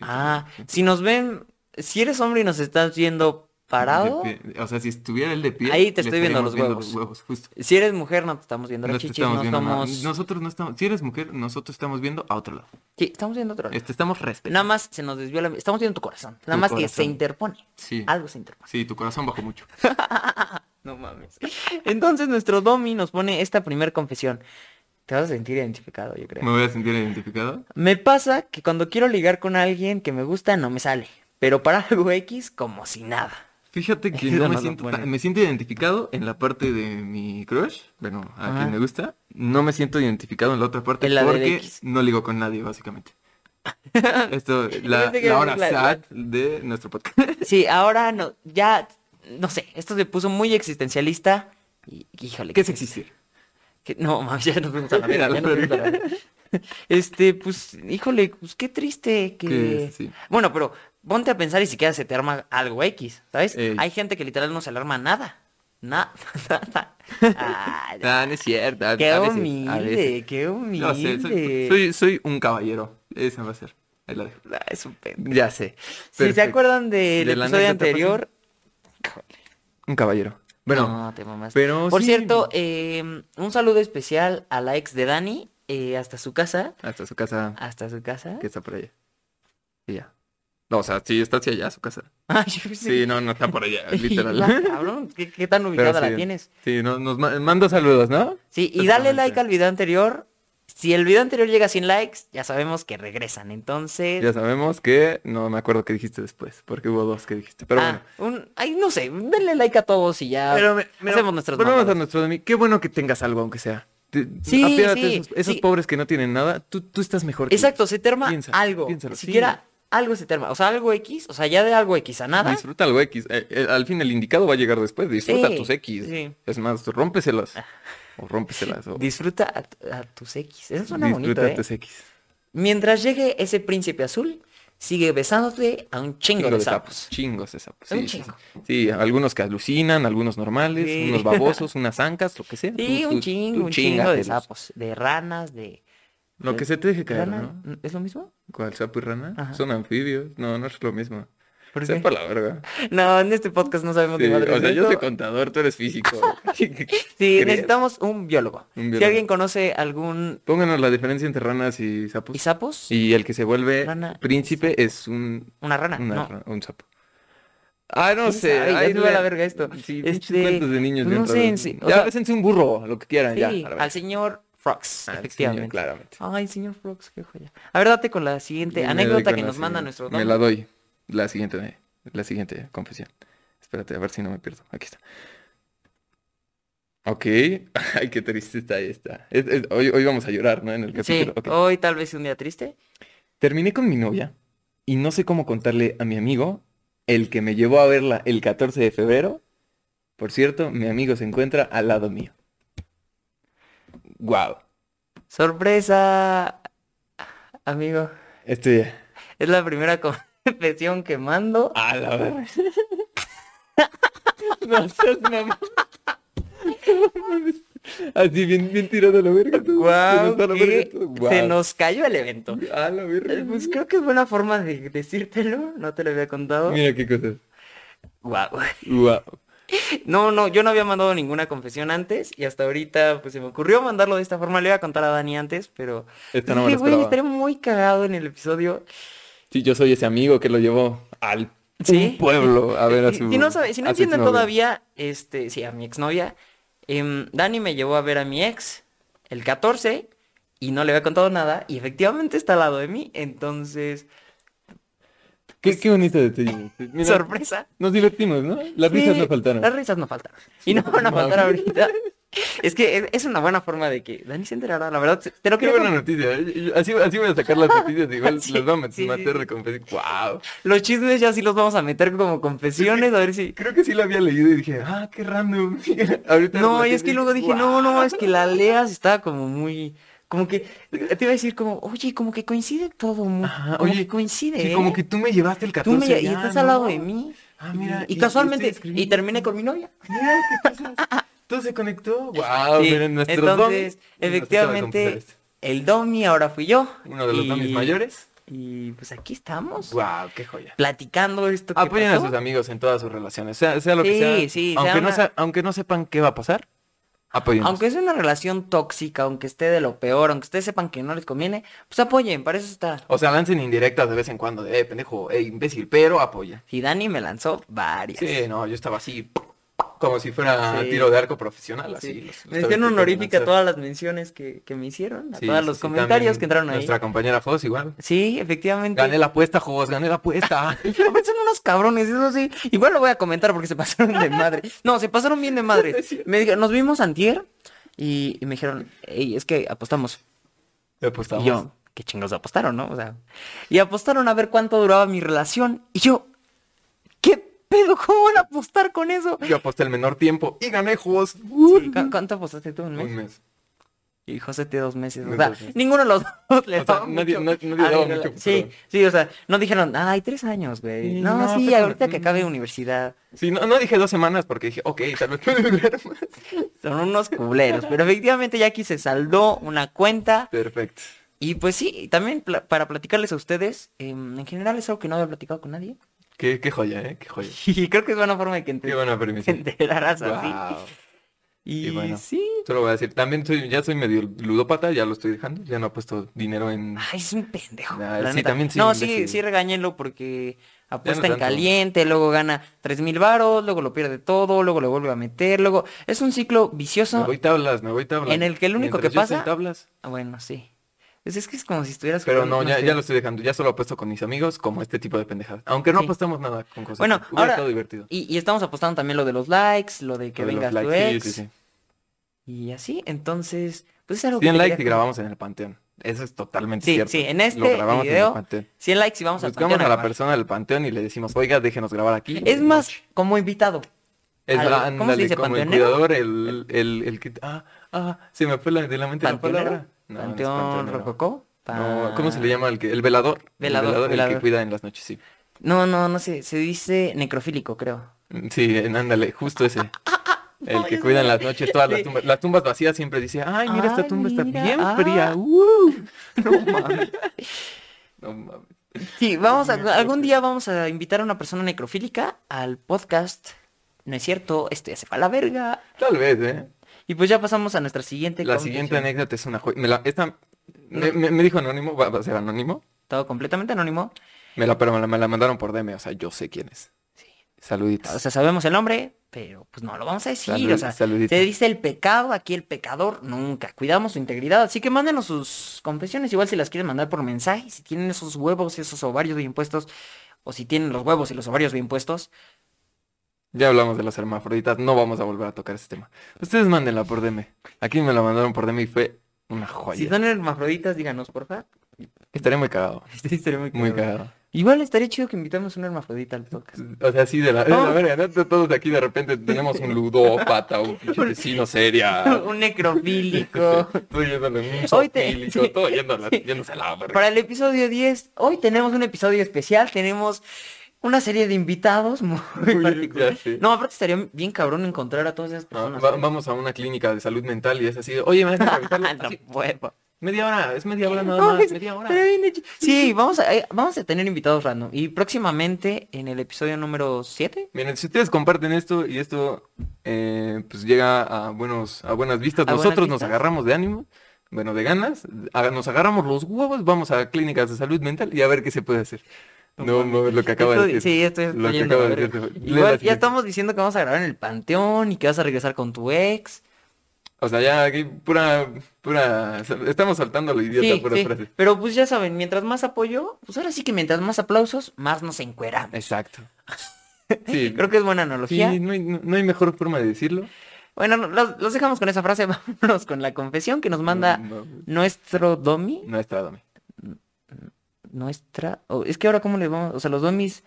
S1: Ah, si nos ven, si eres hombre y nos estás viendo parado,
S2: De pie. O sea, si estuviera él de pie.
S1: Ahí te
S2: le
S1: estoy viendo los
S2: estaríamos
S1: huevos.
S2: justo.
S1: si eres mujer no te estamos viendo
S2: No
S1: las
S2: te
S1: chichis,
S2: estamos
S1: no
S2: viendo nada.
S1: estamos...
S2: Nosotros no estamos. Si eres mujer, nosotros estamos viendo a otro lado.
S1: Sí, estamos viendo otro.
S2: Este, estamos respetando.
S1: Nada más se nos desvió la... Estamos viendo tu corazón. Nada
S2: Tu
S1: más que se
S2: corazón.
S1: interpone.
S2: Sí.
S1: Algo se interpone.
S2: Sí, tu corazón bajó mucho.
S1: No mames. Entonces nuestro Domi nos pone esta primer confesión. Te vas a sentir identificado, yo creo.
S2: Me voy a sentir identificado.
S1: Me pasa que cuando quiero ligar con alguien que me gusta no me sale. Pero para algo X, como si nada.
S2: Fíjate que
S1: Eso
S2: no me
S1: no lo
S2: siento
S1: pone.
S2: tan- me siento identificado en la parte de mi crush, bueno, a
S1: Ajá.
S2: quien me gusta, no me siento identificado en la otra parte
S1: En la del
S2: porque
S1: X.
S2: no ligo con nadie básicamente. Esto la,
S1: pensé que
S2: la
S1: era
S2: hora
S1: la-
S2: sad de nuestro podcast.
S1: Sí, ahora no, ya, no sé, esto se puso muy existencialista. Y, híjole.
S2: ¿Qué es existir?
S1: que- no, mames, ya nos fuimos a la
S2: Mira,
S1: verga, ya
S2: la
S1: nos fuimos a la
S2: verga.
S1: verga. Este, pues, híjole, pues qué triste que...
S2: Que sí.
S1: Bueno, pero ponte a pensar y siquiera se te arma algo X, ¿sabes?
S2: Ey.
S1: Hay gente que literal no se le arma nada. Nada, nada. Ah, ya.
S2: Ah, no es cierto. a-
S1: qué
S2: a veces, a
S1: humilde,
S2: veces.
S1: qué humilde.
S2: No sé, soy, soy, soy un caballero. Ese va a ser. Ahí la dejo.
S1: Ah, es un pendejo.
S2: Ya sé.
S1: Si se
S2: Perfecto.
S1: acuerdan del
S2: De la
S1: episodio
S2: anécdota, pues,
S1: anterior,
S2: Un caballero. Bueno,
S1: No, te mamaste.
S2: pero
S1: Por
S2: sí.
S1: cierto, eh, un saludo especial a la ex de Dani, eh, hasta su casa.
S2: hasta su casa
S1: Hasta su casa.
S2: que está por allá. Y ya. No, o sea, sí está hacia allá su casa.
S1: Ay, yo pensé-
S2: Sí, no, no está por allá,
S1: Ya,
S2: literal.
S1: cabrón, ¿qué, qué tan ubicada
S2: sí.
S1: la tienes?
S2: Sí, no, nos ma- manda saludos, ¿no?
S1: Sí, y dale
S2: Totalmente.
S1: like al video anterior. Si el video anterior llega a 100 likes, ya sabemos que regresan. Entonces,
S2: Ya sabemos que no me acuerdo qué dijiste después, porque hubo dos que dijiste. Pero
S1: ah,
S2: bueno.
S1: un- ay, no sé, denle like a todos y ya.
S2: Pero me- me-
S1: hacemos nuestros
S2: volvamos a
S1: mandados.
S2: nuestro de mí. Qué bueno que tengas algo, aunque sea. Te-
S1: Sí,
S2: apiádate de
S1: sí,
S2: esos, esos
S1: sí.
S2: pobres que no tienen nada. Tú, tú estás mejor. que
S1: Exacto, se terma
S2: Piensa,
S1: algo.
S2: piénsalo, sí.
S1: siquiera algo se terma. O sea, algo X, o sea, ya de algo X a nada.
S2: Disfruta algo X. Eh, eh, al fin el indicado va a llegar después. Disfruta
S1: Sí,
S2: tus X.
S1: sí. Ah.
S2: Es más, rómpeselas. O rómpeselas. O
S1: Disfruta a, tu- a tus X. Eso suena bonito,
S2: disfruta
S1: ¿eh?
S2: tus X.
S1: Mientras llegue ese príncipe azul, sigue besándote a un chingo,
S2: Chingo
S1: de sapos.
S2: Chingos de sapos.
S1: Un
S2: Sí, sí,
S1: chingo.
S2: sí. Sí, algunos que alucinan, algunos normales,
S1: Sí.
S2: unos babosos, unas ancas, lo que sea.
S1: Sí,
S2: Tú-
S1: un
S2: tú-
S1: chingo,
S2: tú
S1: un chingo de
S2: chíngatelos.
S1: sapos, de ranas, de...
S2: Lo que se te deje caer,
S1: ¿Rana?
S2: ¿no?
S1: ¿Es lo mismo?
S2: ¿Cuál sapo y rana?
S1: Ajá.
S2: Son anfibios. No, no es lo mismo.
S1: ¿Por qué?
S2: Sepa la verga.
S1: No, en este podcast no sabemos
S2: Sí,
S1: de madre.
S2: o sea, yo soy contador, tú eres físico.
S1: Sí,
S2: ¿Crees?
S1: necesitamos un biólogo.
S2: Un
S1: Si
S2: biólogo.
S1: alguien conoce algún...
S2: Pónganos la diferencia entre ranas y sapos.
S1: ¿Y sapos?
S2: Pues, Y el que se vuelve
S1: Rana.
S2: príncipe es un,
S1: Una rana,
S2: una
S1: Ah, no.
S2: ra- un sapo. Ah, no
S1: ¿Quién
S2: sé.
S1: sabe? Ya
S2: ahí
S1: se va a la
S2: le-
S1: verga esto.
S2: Sí,
S1: Este,
S2: pinches cuentos de niños.
S1: pues no
S2: bien
S1: sé, sí,
S2: raros.
S1: o
S2: ya,
S1: sea-
S2: bésense un burro, lo que quieran. ya,
S1: Sí,
S2: a la verga.
S1: al señor Frogs,
S2: Al señor,
S1: efectivamente.
S2: claramente.
S1: Ay, señor Frogs, qué joya. A ver, date con la siguiente
S2: Y me doy
S1: anécdota
S2: con
S1: que
S2: la
S1: nos manda
S2: siguiente.
S1: nuestro
S2: Me
S1: don.
S2: la doy. La siguiente, eh, la siguiente confesión. Espérate, a ver si no me pierdo. Aquí está. Ok. Ay, qué triste está esta. Es- es- hoy, hoy vamos a llorar, ¿no? En el
S1: Sí,
S2: capítulo. Ok.
S1: hoy tal vez un día triste.
S2: Terminé con mi novia y no sé cómo contarle a mi amigo, el que me llevó a verla el 14 de febrero. Por cierto, mi amigo se encuentra al lado mío. Wow.
S1: Sorpresa, amigo.
S2: Estoy
S1: Es la primera confesión que mando.
S2: a la verga. No seas mamá. Así bien, bien tirado a la verga. todo. Se
S1: Guau,
S2: nos va a la
S1: qué-
S2: verga todo.
S1: Se
S2: Guau.
S1: nos cayó el evento.
S2: A la
S1: Eh,
S2: verga.
S1: Pues creo que es buena forma de decírtelo. No te lo había contado.
S2: Mira qué cosas.
S1: Guau.
S2: Wow.
S1: No, no, yo no había mandado ninguna confesión antes y hasta ahorita pues se me ocurrió mandarlo de esta forma. Le iba a contar a Dani antes, pero
S2: Esta no me
S1: dije,
S2: la
S1: güey,
S2: esperaba.
S1: estaré muy cagado en el episodio.
S2: Sí, yo soy ese amigo que lo llevó al
S1: Sí.
S2: un pueblo a ver a
S1: Si-
S2: su
S1: si no, sabe- si no
S2: a su
S1: entienden
S2: exnovio.
S1: todavía, este, sí, a mi exnovia, em, Dani me llevó a ver a mi ex el 14 y no le había contado nada y efectivamente está al lado de mí, entonces,
S2: Qué,
S1: pues,
S2: qué bonito detalle. Mira,
S1: sorpresa.
S2: nos divertimos, ¿no? Las risas
S1: Sí,
S2: no faltaron.
S1: Las risas no faltaron. Y no van a faltar ahorita. Es que es- es una buena forma de que Dani se enterara, la verdad, te- te lo
S2: Qué
S1: quería
S2: buena
S1: contar.
S2: noticia. ¿eh? Así, así voy a sacar las noticias. Igual
S1: Sí,
S2: las vamos a
S1: sí, sí,
S2: meter
S1: sí.
S2: de confesión. ¡Wow!
S1: Los chismes ya sí los vamos a meter como confesiones, a ver si...
S2: Creo que sí lo había leído y dije, ah, qué random. Ahorita
S1: No,
S2: lo
S1: y es que
S2: leí,
S1: luego dije,
S2: ¡guau!
S1: no, no, es que la leas estaba como muy... Como que eh, te iba a decir como, oye, como que coincide todo, muy,
S2: Ajá,
S1: como
S2: oye,
S1: que coincide,
S2: Sí,
S1: ¿eh?
S2: como que tú me llevaste el
S1: Tú
S2: 14
S1: me, y
S2: ya,
S1: estás al lado
S2: ¿no?
S1: de mí.
S2: Ah, mira,
S1: y,
S2: y- y
S1: casualmente,
S2: estoy
S1: y
S2: escribiendo.
S1: terminé con mi novia.
S2: Mira, qué cosas. Todo se conectó. ¡Wow!
S1: Sí,
S2: miren, nuestro
S1: Entonces,
S2: domi nos acaba de confesar
S1: efectivamente,
S2: esto.
S1: el domi ahora fui yo.
S2: Uno de los
S1: y-
S2: domis mayores.
S1: Y pues aquí estamos,
S2: ¡Wow! ¡Qué joya!
S1: platicando esto que
S2: Apoyen a
S1: pasó.
S2: sus amigos en todas sus relaciones, sea, sea lo
S1: Sí,
S2: que sea.
S1: sí,
S2: aunque,
S1: sea
S2: no
S1: una-
S2: sa- aunque no sepan qué va a pasar, apoyen.
S1: Aunque es una relación tóxica, aunque esté de lo peor, aunque ustedes sepan que no les conviene, pues apoyen, para eso está.
S2: O sea, lancen indirectas de vez en cuando de, eh, pendejo, eh, imbécil, pero apoya.
S1: Y Dani me lanzó varias.
S2: Sí, no, yo estaba así, como si fuera
S1: Sí.
S2: tiro de arco profesional, así.
S1: Sí.
S2: los- los
S1: Mención
S2: estaba
S1: honorífica a
S2: lanzando.
S1: todas las menciones que, que me hicieron, a
S2: Sí,
S1: todos
S2: sí,
S1: los
S2: sí,
S1: comentarios
S2: también
S1: que entraron ahí.
S2: Nuestra compañera Foz igual.
S1: Sí, efectivamente.
S2: Gané la apuesta, Jos, gané la apuesta.
S1: Aparte Son unos cabrones, eso sí. Igual lo voy a comentar porque se pasaron de madre. No, se pasaron bien de madre. Me dijeron, nos vimos antier y, y me dijeron, "Ey, es que apostamos.
S2: Le apostamos.
S1: Y yo, qué chingos apostaron, ¿no? O sea, y apostaron a ver cuánto duraba mi relación. Y yo, ¿qué pedo? ¿Cómo van a apostar con eso?
S2: Yo aposté el menor tiempo y gané, Jos.
S1: ¿Cu- ¿Cuánto apostaste tú? ¿Un mes?
S2: Un mes.
S1: Y José tiene dos meses. O
S2: De
S1: sea,
S2: dos meses.
S1: ninguno de los dos le
S2: O sea,
S1: daba
S2: nadie-
S1: mucho.
S2: no- nadie daba
S1: Alguien
S2: mucho
S1: la-
S2: por
S1: Sí,
S2: trabajo.
S1: sí, o sea, no dijeron, ah, hay tres años, güey.
S2: Sí,
S1: No,
S2: no,
S1: sí,
S2: fue como- "Mm".
S1: ahorita que acabe universidad.
S2: Sí, no, no dije dos semanas porque dije, ok, tal vez puede durar más.
S1: Son unos culeros. Pero efectivamente ya aquí se saldó una cuenta.
S2: Perfecto.
S1: Y pues sí, y también pla- para platicarles a ustedes, em, en general es algo que no había platicado con nadie.
S2: Qué, qué joya, ¿eh? Qué joya.
S1: Y creo que es buena forma de que
S2: Qué
S1: ente-
S2: buena
S1: te
S2: permisión.
S1: enteraras así.
S2: Wow.
S1: Y,
S2: y bueno.
S1: sí.
S2: Solo voy a decir, también soy, ya soy medio ludópata, ya lo estoy dejando, ya no he puesto dinero en...
S1: Ay, es un pendejo.
S2: Nah,
S1: la
S2: sí,
S1: neta.
S2: también sí,
S1: no, sí,
S2: imbécil.
S1: sí regáñenlo porque apuesta en
S2: tanto.
S1: caliente, luego gana tres mil varos, luego lo pierde todo, luego lo vuelve a meter, luego. Es un ciclo
S2: Me
S1: vicioso.
S2: voy tablas, me voy tablas.
S1: En el que el único
S2: Mientras
S1: que
S2: yo esté
S1: pasa-
S2: tablas.
S1: Ah, Bueno, sí. Pues es que es como si estuvieras
S2: Pero
S1: jugando,
S2: no, ya,
S1: sé.
S2: ya lo estoy dejando, ya solo apuesto con mis amigos como este tipo de pendejadas. Aunque no
S1: Sí.
S2: apostamos nada con cosas.
S1: Bueno,
S2: así. Hubiera
S1: ahora-
S2: estado divertido.
S1: Y, y estamos apostando también lo de los likes, lo de que
S2: Lo de los
S1: vengas tu
S2: likes, sí,
S1: ex.
S2: sí, sí.
S1: Y así, entonces, pues es algo
S2: 100
S1: que
S2: likes y
S1: quería-
S2: grabamos en el panteón. Eso es totalmente
S1: Sí,
S2: cierto.
S1: sí, en este
S2: Lo grabamos en
S1: video
S2: el panteón.
S1: 100 likes y vamos al panteón
S2: Buscamos a Pues, la
S1: grabar.
S2: persona del panteón y le decimos, oiga, déjenos grabar aquí.
S1: Es más, como invitado.
S2: Es,
S1: al-
S2: la-
S1: ¿cómo se
S2: ándale,
S1: dice,
S2: como el
S1: panteonero?
S2: cuidador, el, el, el que... Ah, ah, se me fue la, de la mente la
S1: ¿Panteonero?
S2: palabra. No, no es
S1: Panteón
S2: panteonero.
S1: Rococó.
S2: No,
S1: pa-
S2: ¿cómo se le llama? El, que, el velador. El
S1: Velador,
S2: El
S1: velador.
S2: que cuida en las noches, sí.
S1: No, no, no sé, se dice necrofílico, creo.
S2: Sí, en- ándale, justo ese. El
S1: No,
S2: que
S1: ya
S2: cuida en
S1: sé.
S2: las noches todas las
S1: Sí.
S2: tumbas. Las tumbas vacías siempre dice, ay, mira, esta
S1: Ay,
S2: tumba
S1: mira,
S2: está bien
S1: ah.
S2: fría. ¡uh".
S1: No mames.
S2: No mames.
S1: Sí, vamos a-
S2: Necrofílico.
S1: algún día vamos a invitar a una persona necrofílica al podcast. No es cierto, esto ya se fue a la verga.
S2: Tal vez, ¿eh?
S1: Y pues ya pasamos a nuestra siguiente
S2: La siguiente
S1: confesión.
S2: anécdota es una joya. Me la- esta, me, me- me dijo anónimo, va, va a ser anónimo.
S1: Todo completamente anónimo.
S2: Me la, pero me la, me la mandaron por DM, o sea, yo sé quién es.
S1: Sí.
S2: Saluditos.
S1: O sea, sabemos el nombre, pero pues no lo vamos a decir.
S2: Salud-
S1: o sea,
S2: saludito.
S1: se dice el pecado, aquí el pecador nunca. Cuidamos su integridad. Así que mándenos sus confesiones, igual si las quieren mandar por mensaje, si tienen esos huevos y esos ovarios bien puestos, o si tienen los huevos y los ovarios bien puestos.
S2: ya hablamos de las hermafroditas, no vamos a volver a tocar ese tema. Ustedes mándenla por DM. Aquí me la mandaron por DM y fue una joya.
S1: Si son hermafroditas, díganos, porfa.
S2: Estaré muy cagado.
S1: Sí, estaría muy
S2: Muy
S1: cagado.
S2: cagado.
S1: Igual estaría chido que invitamos una hermafrodita al podcast.
S2: O sea, sí, de la, de
S1: No.
S2: la verga, ¿no? Todos aquí de repente tenemos un ludópata, un pinche vecino seria.
S1: Un necrofílico.
S2: Todo yéndole un
S1: Hoy te-
S2: zoofílico, todo yéndole- yéndose a la verga.
S1: Para el episodio 10, hoy tenemos un episodio especial, tenemos una serie de invitados muy
S2: ya
S1: particulares.
S2: sé.
S1: No, aparte estaría bien cabrón encontrar a todas esas
S2: Ah,
S1: personas. Ah,
S2: va- vamos a una clínica de salud mental y es así, de, oye, me vas a entrevistarlo?"
S1: No
S2: Así,
S1: puedo.
S2: media hora, es media hora nada
S1: No,
S2: más,
S1: es-
S2: media hora.
S1: estaría bien de ch- Sí, vamos a, eh, vamos a tener invitados random. Y próximamente en el episodio número 7.
S2: Miren, si ustedes comparten esto y esto eh, pues llega a buenos a buenas vistas,
S1: ¿A buenas
S2: nosotros nos
S1: vistas?
S2: agarramos de ánimo, bueno, de ganas, a- nos agarramos los huevos, vamos a clínicas de salud mental y a ver qué se puede hacer.
S1: No
S2: No,
S1: mames.
S2: mames, lo que acaba de
S1: Esto-
S2: decir.
S1: Sí, esto ya
S2: Lo
S1: está
S2: que
S1: yendo
S2: acaba
S1: a
S2: de
S1: la
S2: decir,
S1: verga.
S2: Lee la
S1: Igual ya
S2: siguiente.
S1: estamos diciendo que vamos a grabar en el panteón y que vas a regresar con tu ex.
S2: O sea, ya aquí pura, pura, estamos saltando lo idiota,
S1: Sí,
S2: pura
S1: sí.
S2: frase.
S1: Pero pues ya saben, mientras más apoyo, pues ahora sí que mientras más aplausos, más nos encueramos.
S2: Exacto. Sí,
S1: Creo que es buena
S2: sí,
S1: analogía.
S2: no, hay, no- no hay mejor forma de decirlo.
S1: Bueno, no, los, los dejamos con esa frase. Vámonos con la confesión que nos manda
S2: No, no,
S1: nuestro domi.
S2: no está Domi.
S1: Nuestra. o- es que ahora, ¿cómo le vamos? O sea, los domis.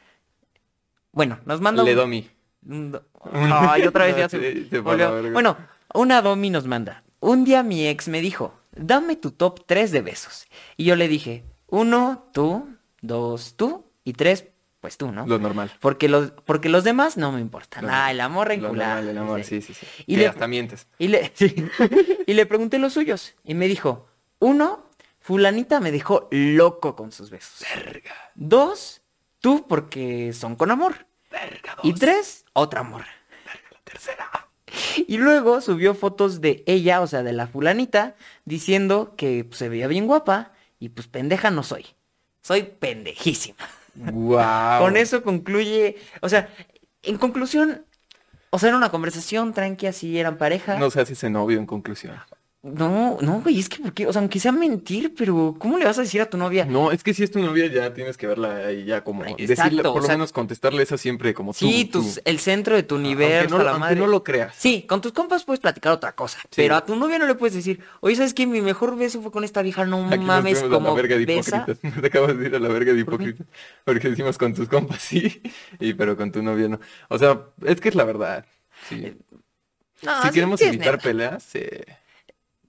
S1: Bueno, nos manda.
S2: Le
S1: un-
S2: domi.
S1: un do- Ay, otra vez ya se-
S2: Sí, se fue a la
S1: volvió.
S2: verga.
S1: Bueno, una domi nos manda. Un día mi ex me dijo, dame tu top 3 de besos. Y yo le dije, uno, tú, dos, tú, y tres, pues tú, ¿no?
S2: Lo normal.
S1: Porque los, porque los demás no me importan.
S2: Lo-
S1: ah, el amor
S2: Lo
S1: enculado.
S2: normal, el amor,
S1: sí.
S2: sí, sí, sí.
S1: Y
S2: que
S1: le-
S2: hasta mientes.
S1: Y le, sí. y le pregunté los suyos. Y me dijo, uno, fulanita me dejó loco con sus besos. Dos, tú porque son con amor. Y tres, otra amor. Y luego subió fotos de ella, o sea, de la fulanita, diciendo que pues, se veía bien guapa y pues pendeja no soy. Soy pendejísima.
S2: Wow.
S1: Con eso concluye, o sea, en conclusión, o sea, era una conversación tranqui así, eran pareja.
S2: No se hace ese novio en conclusión.
S1: No, no, güey, es que porque, o sea, aunque sea mentir, pero ¿cómo le vas a decir a tu novia?
S2: No, es que si es tu novia ya tienes que verla ahí ya como
S1: Ay,
S2: decirle,
S1: exacto, o
S2: por lo
S1: sea-
S2: menos contestarle eso siempre como tú.
S1: sí,
S2: tú.
S1: tus, el centro de tu
S2: Aunque
S1: universo,
S2: no,
S1: la
S2: aunque
S1: madre.
S2: no lo creas.
S1: Sí, con tus compas puedes platicar otra cosa, pero a tu novia no le puedes decir, oye, ¿sabes qué? Mi mejor beso fue con esta vieja, no
S2: Aquí nos
S1: mames,
S2: fuimos a la
S1: como
S2: verga de
S1: besa.
S2: hipócritas. Te acabas de ir a la verga de
S1: ¿Por qué?
S2: hipócritas. Porque decimos con tus compas sí, y pero con tu novia no. O sea, es que es la verdad. Sí.
S1: No,
S2: si
S1: sí-
S2: queremos
S1: sí es
S2: evitar
S1: Eh, neta.
S2: peleas, sí.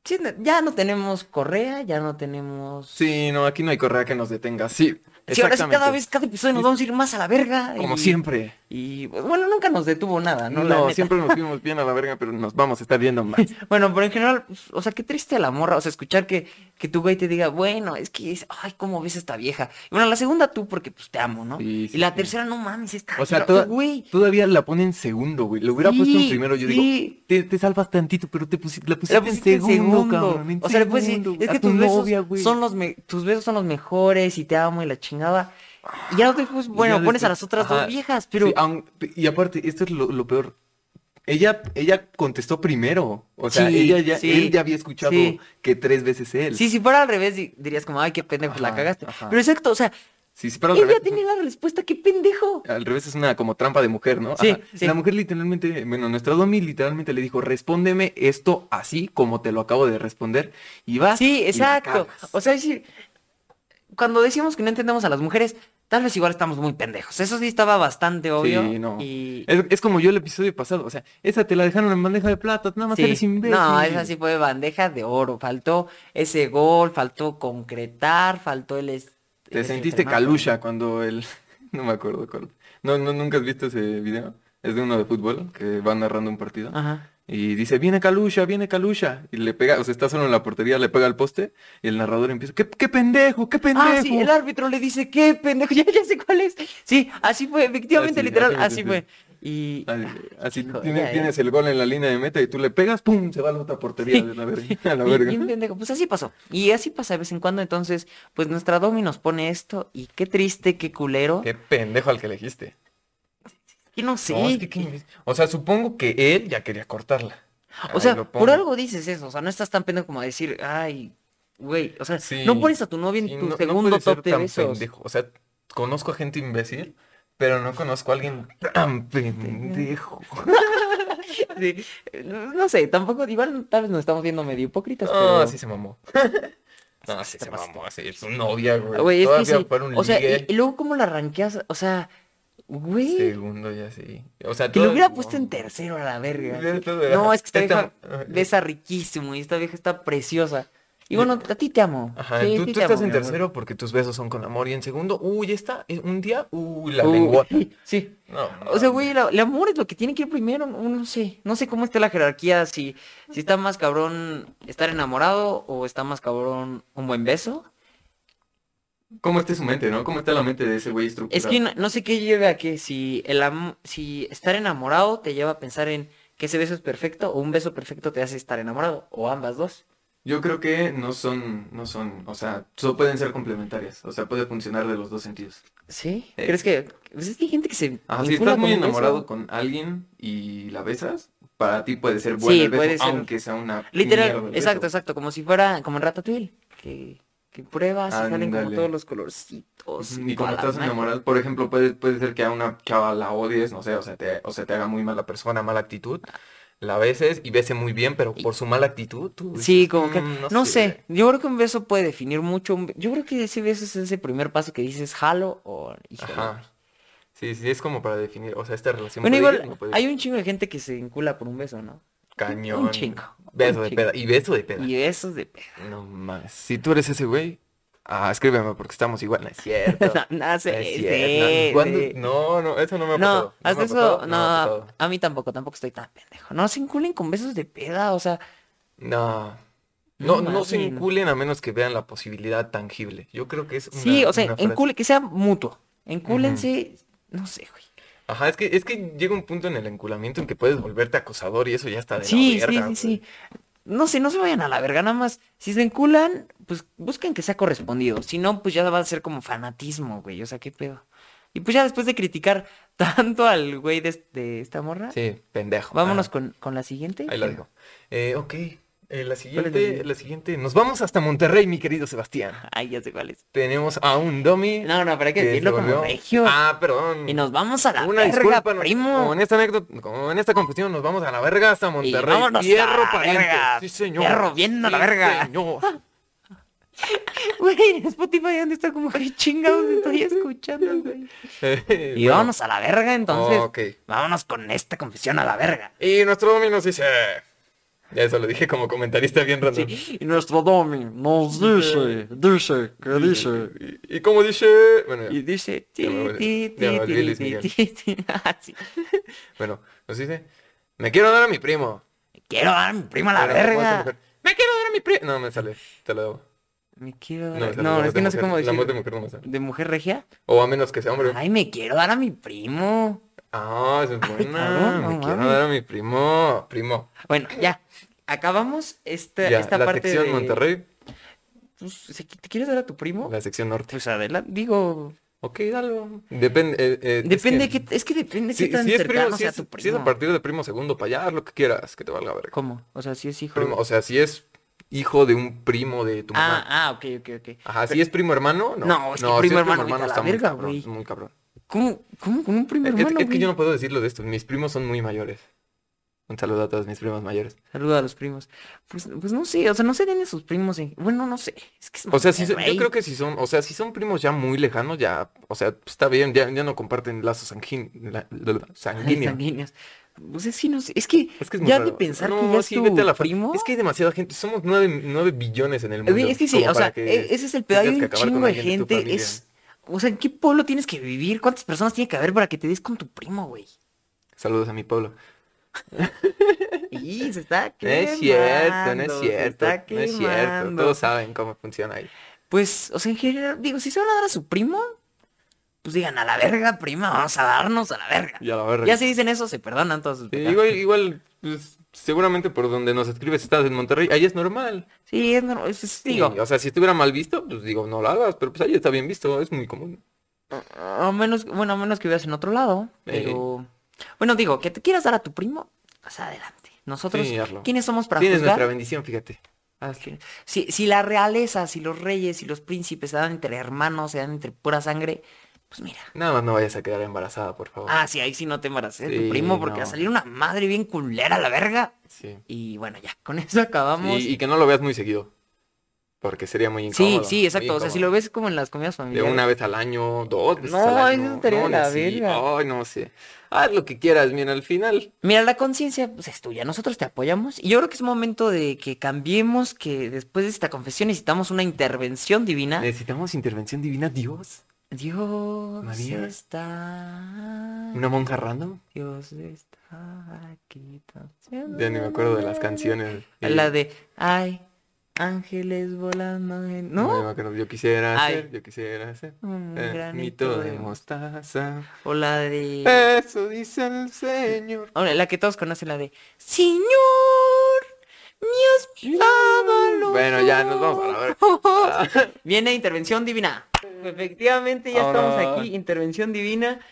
S1: Sí, no- ya no tenemos correa, ya no tenemos...
S2: Sí, no, aquí no hay correa que nos detenga. Sí,
S1: Sí, ahora sí,
S2: exactamente.
S1: cada vez, cada episodio nos vamos a ir más a la verga.
S2: Como
S1: y-
S2: siempre.
S1: Y pues, bueno, nunca nos detuvo nada, ¿no?
S2: No,
S1: La neta.
S2: siempre nos fuimos bien a la verga, pero nos vamos a estar viendo más.
S1: Bueno, pero en general, pues, o sea, qué triste a la morra. O sea, escuchar que, que tu güey te diga, bueno, es que, es- ay, cómo ves a esta vieja. Y bueno, la segunda tú porque pues te amo, ¿no?
S2: Sí, sí,
S1: y la
S2: sí.
S1: tercera, no mames, esta.
S2: O sea,
S1: no,
S2: toda-
S1: güey.
S2: Todavía la pone en segundo, güey. Lo hubiera puesto en
S1: Sí,
S2: primero, yo
S1: sí.
S2: digo, te, te salvas tantito, pero te pusi- la pusiste,
S1: La pusiste en segundo,
S2: cabrón. en
S1: o sea, le puedes decir,
S2: segundo,
S1: es
S2: a
S1: que
S2: tu
S1: tus besos
S2: novia, güey.
S1: son los me- tus besos son los mejores y te amo y la chingada. Y ya no te pues,
S2: Y
S1: bueno,
S2: ya
S1: pones a
S2: después-
S1: las otras
S2: ajá,
S1: dos viejas, pero
S2: sí, aun- y aparte, esto es lo, lo peor. Ella, ella contestó primero. O sea,
S1: Sí,
S2: ella ya,
S1: sí,
S2: él ya había escuchado
S1: sí.
S2: que tres veces él.
S1: sí, si fuera al revés di- dirías como, ay, qué pendejo, pues, la
S2: Ajá,
S1: cagaste.
S2: ajá.
S1: Pero exacto, o sea,
S2: Sí, sí, pero al
S1: él ya
S2: revés,
S1: tiene la respuesta, qué pendejo.
S2: al revés es una como trampa de mujer, ¿no?
S1: Sí,
S2: Ajá.
S1: sí.
S2: La mujer literalmente, bueno, nuestra Domi literalmente le dijo, respóndeme esto así como te lo acabo de responder. Y vas. Ah, y
S1: Sí,
S2: la
S1: exacto.
S2: cagas.
S1: O sea, es decir, cuando decimos que no entendemos a las mujeres, tal vez igual estamos muy pendejos. Eso sí estaba bastante obvio.
S2: no.
S1: Y...
S2: Es, es como yo el episodio pasado, o sea, esa te la dejaron en bandeja de plata, nada más
S1: sí.
S2: eres imbécil.
S1: No, esa sí fue bandeja de oro. Faltó ese gol, faltó concretar, faltó el... es-
S2: Te
S1: el
S2: sentiste
S1: estrenazo.
S2: calucha cuando el... No me acuerdo cuál. No, no, nunca has visto ese video. Es de uno de fútbol que va narrando un partido.
S1: Ajá.
S2: Y dice, viene Calucha, viene Calucha. Y le pega, o sea, está solo en la portería, le pega al poste. Y el narrador empieza, ¿qué, qué pendejo, qué pendejo?
S1: Ah, sí, el árbitro le dice, qué pendejo, ya, ya sé cuál es. Sí, así fue, efectivamente,
S2: Así,
S1: literal,
S2: así,
S1: así
S2: sí.
S1: fue. Y...
S2: Así, así
S1: Ah, hijo,
S2: tiene-
S1: ya, ya.
S2: tienes el gol en la línea de meta y tú le pegas, ¡pum! Se va a la otra portería de la verga. A la
S1: Y-
S2: verga.
S1: y un pendejo, Pues así pasó. Y así pasa de vez en cuando. Entonces, pues nuestra Domi nos pone esto. Y qué triste, qué culero.
S2: Qué pendejo al que elegiste.
S1: Y no sé.
S2: No, es que qué imbécil. O sea, supongo que él ya quería cortarla.
S1: O
S2: Ahí
S1: sea,
S2: lo
S1: por
S2: pone.
S1: algo dices eso. O sea, no estás tan pendejo como decir, ay, güey. O sea,
S2: Sí.
S1: no pones a tu novia en
S2: Sí,
S1: tu
S2: no- no
S1: segundo
S2: puede ser
S1: top de
S2: tan
S1: besos.
S2: pendejo. O sea, conozco a gente imbécil, pero no conozco a alguien tan pendejo.
S1: Sí, eh, No sé, tampoco. Igual tal vez nos estamos viendo medio hipócritas,
S2: No,
S1: pero.
S2: así se mamó. No, así
S1: te
S2: se
S1: pasaste.
S2: mamó. Así es su novia, güey.
S1: Ah, Güey, es que
S2: Todavía
S1: sí.
S2: fuera un
S1: O sea, y,
S2: ligue.
S1: y luego cómo la ranqueas. O sea, güey.
S2: Segundo ya sí. O sea,
S1: Que lo
S2: todo-
S1: hubiera puesto en tercero a la verga.
S2: Ya está, ajá. Este
S1: No, es que esta vieja
S2: Ajá.
S1: besa riquísimo y esta vieja está preciosa. Y bueno, a ti te amo.
S2: Ajá,
S1: Sí,
S2: tú,
S1: sí
S2: tú
S1: te
S2: estás
S1: amo,
S2: en
S1: mi amor.
S2: tercero porque tus besos son con amor. Y en segundo, uy, esta, eh, un día, uy, la
S1: Uh,
S2: lengua.
S1: Sí.
S2: No,
S1: O sea,
S2: no,
S1: güey, la- el amor es lo que tiene que ir primero. No, no sé. No sé cómo está la jerarquía. Si, si está más cabrón estar enamorado o está más cabrón un buen beso.
S2: ¿Cómo está su mente, no? ¿Cómo está la mente de ese güey
S1: Es
S2: estructurado?
S1: que no, no sé qué lleve a que si, el am- si estar enamorado te lleva a pensar en que ese beso es perfecto o un beso perfecto te hace estar enamorado o ambas dos.
S2: Yo creo que no son, no son, o sea, solo pueden ser complementarias, o sea, puede funcionar de los dos sentidos.
S1: ¿Sí?
S2: Eh,
S1: ¿Crees que...? Pues es que hay gente que se...
S2: Ajá, si
S1: vincula con
S2: estás muy
S1: un beso.
S2: enamorado con alguien y la besas, para ti puede ser bueno
S1: Sí,
S2: el beso,
S1: puede ser.
S2: aunque sea una mierda
S1: Literal,
S2: el
S1: exacto,
S2: beso.
S1: exacto. Como si fuera... Como en Ratatouille. Que, que pruebas y salen como
S2: Ándale.
S1: todos los colorcitos.
S2: Ujú, Y como
S1: toda la
S2: estás
S1: madre.
S2: enamorado, por ejemplo, puede, puede ser que a una chava la odies, no sé, o sea, te, o sea, te haga muy mala persona, mala actitud, la beses y bese muy bien, pero por su mala actitud, tú
S1: Sí,
S2: dices,
S1: como que...
S2: "Mm,
S1: No, sé. Yo creo que un beso puede definir mucho. un be- Yo creo que ese beso es ese primer paso que dices jalo o... híjole,
S2: Ajá. Sí, sí, es como para definir, o sea, esta relación
S1: Bueno,
S2: puede ir,
S1: igual
S2: no puede ir.
S1: hay un chingo de gente que se vincula por un beso, ¿no?
S2: Cañón.
S1: Un chingo, un
S2: Beso de
S1: chingo.
S2: peda. Y beso de peda.
S1: Y besos de... pe-
S2: No más. Si tú eres ese güey, ah, escríbeme porque estamos igual. No es cierto.
S1: No, no sé,
S2: No es
S1: sí,
S2: cierto. ¿Cuándo?
S1: sí.
S2: No, no, eso no me ha pasado.
S1: No,
S2: me
S1: hasta
S2: ha
S1: eso,
S2: pasado,
S1: no,
S2: me ha pasado.
S1: a mí tampoco, tampoco estoy tan pendejo. No se inculen con besos de peda, o sea,
S2: No. No,
S1: No
S2: no, se
S1: mames.
S2: enculen a menos que vean la posibilidad tangible. Yo creo que es una,
S1: sí, o sea,
S2: una frase.
S1: encule, que sea mutuo. Encúlense, no sé, güey.
S2: Ajá, es que, es que llega un punto en el enculamiento en que puedes volverte acosador y eso ya está de la
S1: Sí, sí,
S2: verga,
S1: sí,
S2: güey.
S1: sí. No sé, no se vayan a la verga, nada más. Si se enculan, pues busquen que sea correspondido. Si no, pues ya va a ser como fanatismo, güey. O sea, qué pedo. Y pues ya después de criticar tanto al güey de, este- de esta morra,
S2: Sí, pendejo. Ah.
S1: vámonos
S2: Ajá,
S1: con, con la siguiente.
S2: Ahí lo dejo. Eh, ok. eh, la siguiente,
S1: siguiente?
S2: la siguiente. Nos vamos hasta Monterrey, mi querido Sebastián.
S1: Ay, ya sé cuál es.
S2: Tenemos a un dummy.
S1: No, no, pero hay que
S2: se
S1: decirlo como
S2: volvió-
S1: regio.
S2: Ah, perdón.
S1: Y nos vamos a la
S2: Una
S1: verga,
S2: disculpa, nos-
S1: primo.
S2: Con esta anécdota, con esta confusión nos vamos a la verga hasta Monterrey.
S1: vámonos a
S2: Fierro
S1: la
S2: pariente.
S1: verga.
S2: Sí, señor.
S1: Fierro, bien a la
S2: Sí,
S1: verga.
S2: señor.
S1: Güey, en Spotify dónde está como que chingados estoy escuchando, güey.
S2: Eh,
S1: Y
S2: bueno,
S1: vámonos a la verga entonces.
S2: ok.
S1: Vámonos con esta confesión a la verga.
S2: Y nuestro dummy nos dice. Ya eso lo dije como comentarista bien random.
S1: Y nuestro Domi nos dice, dice, que dice.
S2: ¿Y, y cómo dice? Bueno, ya.
S1: Y dice...
S2: Ya me volví-
S1: ti, ti,
S2: ya me volví
S1: ti,
S2: Luis
S1: ti,
S2: Miguel.
S1: ti, ti. Ah, sí.
S2: bueno, nos dice, me quiero dar a mi primo.
S1: Quiero dar a mi prima la
S2: Pero no puedo ser mujer.
S1: verga.
S2: Me quiero dar a mi primo. No, me sale, te lo debo.
S1: Me quiero
S2: No, me
S1: dar...
S2: sale
S1: No, es
S2: la voz de
S1: que no sé
S2: mujer.
S1: cómo
S2: La voz de
S1: decir.
S2: mujer no me sale.
S1: ¿De mujer regia?
S2: O a menos que sea hombre.
S1: Ay, me quiero dar a mi primo.
S2: Ah, esa es
S1: Ay,
S2: buena.
S1: cabrón, no
S2: me quiero
S1: mames.
S2: dar a mi primo. Primo.
S1: Bueno, ya. Acabamos esta,
S2: Ya,
S1: esta
S2: la
S1: parte
S2: sección
S1: de...
S2: Monterrey,
S1: Pues, si qui- ¿Te quieres dar a tu primo?
S2: la sección norte.
S1: Pues adelante. Digo...
S2: Ok, dalo. Depende. eh, eh, es
S1: Depende
S2: que-
S1: que... Es que depende
S2: Si,
S1: qué tan
S2: si es
S1: cercano
S2: primo, si
S1: sea
S2: es,
S1: tu
S2: si es
S1: primo.
S2: a partir de primo segundo para allá, haz lo que quieras, que te valga verga.
S1: ¿Cómo? O sea, si es hijo...
S2: Primo, o sea, si es hijo de un primo de tu
S1: Ah,
S2: mamá.
S1: ah, ok, ok, ok.
S2: Ajá, si es primo hermano, no.
S1: No, es que primo
S2: si
S1: hermano, vete a la
S2: muy
S1: verga,
S2: cabrón,
S1: güey.
S2: Muy cabrón.
S1: ¿Cómo? ¿Cómo con un primo
S2: Es-
S1: hermano,
S2: es, que
S1: güey?
S2: yo no puedo decirlo de estos. Mis primos son muy mayores. Un saludo a todos mis primos mayores.
S1: Saluda a los primos. Pues, pues no sé, o sea, no se den esos primos. en- Bueno, no sé. Es que es
S2: O sea, si
S1: Monterrey.
S2: yo creo que si son, o sea, si son primos ya muy lejanos, ya, o sea, pues, está bien, ya, ya no comparten lazos sanguíneos.
S1: Ay, sanguíneos. Pues es que no sé, es que,
S2: Es que es muy
S1: ya de
S2: raro.
S1: pensar
S2: No,
S1: que ya es
S2: sí,
S1: tu
S2: vete a la fa-
S1: primo.
S2: Es que hay demasiada gente. Somos nueve, nueve billones en el mundo.
S1: Güey, es que sí,
S2: como
S1: o sea,
S2: para que
S1: e- ese es el pedo.
S2: tengas
S1: Hay
S2: que
S1: un
S2: acabar con
S1: chingo de
S2: alguien tu
S1: gente.
S2: familia.
S1: Es, o sea, ¿en qué pueblo tienes que vivir? ¿Cuántas personas tiene que haber para que te des con tu primo, güey?
S2: Saludos a mi pueblo.
S1: Y se está
S2: No
S1: quemando.
S2: es cierto, no es
S1: se
S2: cierto.
S1: está
S2: No es cierto.
S1: quemando.
S2: Todos saben cómo funciona ahí.
S1: Pues, o sea, en general, digo, si se van a dar a su primo, pues digan, a la verga, prima, vamos a darnos a la verga.
S2: Ya la verdad.
S1: Ya si dicen eso, se perdonan todos sus pecados.
S2: igual, igual, pues, seguramente por donde nos escribes estás en Monterrey, ahí es normal.
S1: Sí, es normal, es- es-
S2: Sí,
S1: digo,
S2: o sea, si estuviera mal visto, pues digo, no lo hagas, pero pues ahí está bien visto, es muy común.
S1: a menos, bueno, a menos que vivas en otro lado, pero... Bueno, digo, que te quieras dar a tu primo, pues adelante. Nosotros,
S2: Sí, hazlo.
S1: ¿quiénes somos para
S2: Tienes nuestra
S1: juzgar?
S2: bendición, fíjate.
S1: Así- Si, si la realeza, si los reyes, si los príncipes se dan entre hermanos, se dan entre pura sangre, pues mira.
S2: Nada más no vayas a quedar embarazada, por favor.
S1: Ah, sí, ahí sí no te embaraces de tu
S2: Oh. Sí,
S1: primo porque va a
S2: no.
S1: salir una madre bien culera a la verga.
S2: Sí.
S1: Y bueno, ya, con eso acabamos.
S2: Y, y que no lo veas muy seguido. Porque sería muy
S1: Sí,
S2: incómodo.
S1: sí,
S2: muy
S1: exacto. O sea, si
S2: incómodo.
S1: lo ves como en las comidas
S2: De
S1: familiares.
S2: una vez al año, dos veces
S1: No,
S2: al año.
S1: eso estaría de la
S2: ni así.
S1: verga.
S2: Ay, no sé. Haz lo que quieras, mira, al final.
S1: Mira, la conciencia pues, es tuya. Nosotros te apoyamos. Y yo creo que es momento de que cambiemos, que después de esta confesión necesitamos una intervención divina.
S2: Eh, Necesitamos intervención divina, Dios.
S1: Dios
S2: María.
S1: está.
S2: Una monja random.
S1: Dios está aquí. tan-
S2: Ya ni me acuerdo de las canciones.
S1: La de, ay, ángeles volando. en-".
S2: No
S1: ¿No?
S2: me acuerdo. Yo quisiera
S1: Ay.
S2: hacer, yo quisiera hacer.
S1: Un
S2: eh,
S1: granito
S2: mito
S1: de
S2: de Eh, mostaza.
S1: mo- O la de.
S2: Eso dice el Señor.
S1: Ahora, la que todos conocen, la de Señor, mi espada
S2: Bueno, ya nos vamos a la verga.
S1: Viene intervención divina. Efectivamente, ya estamos aquí, intervención divina.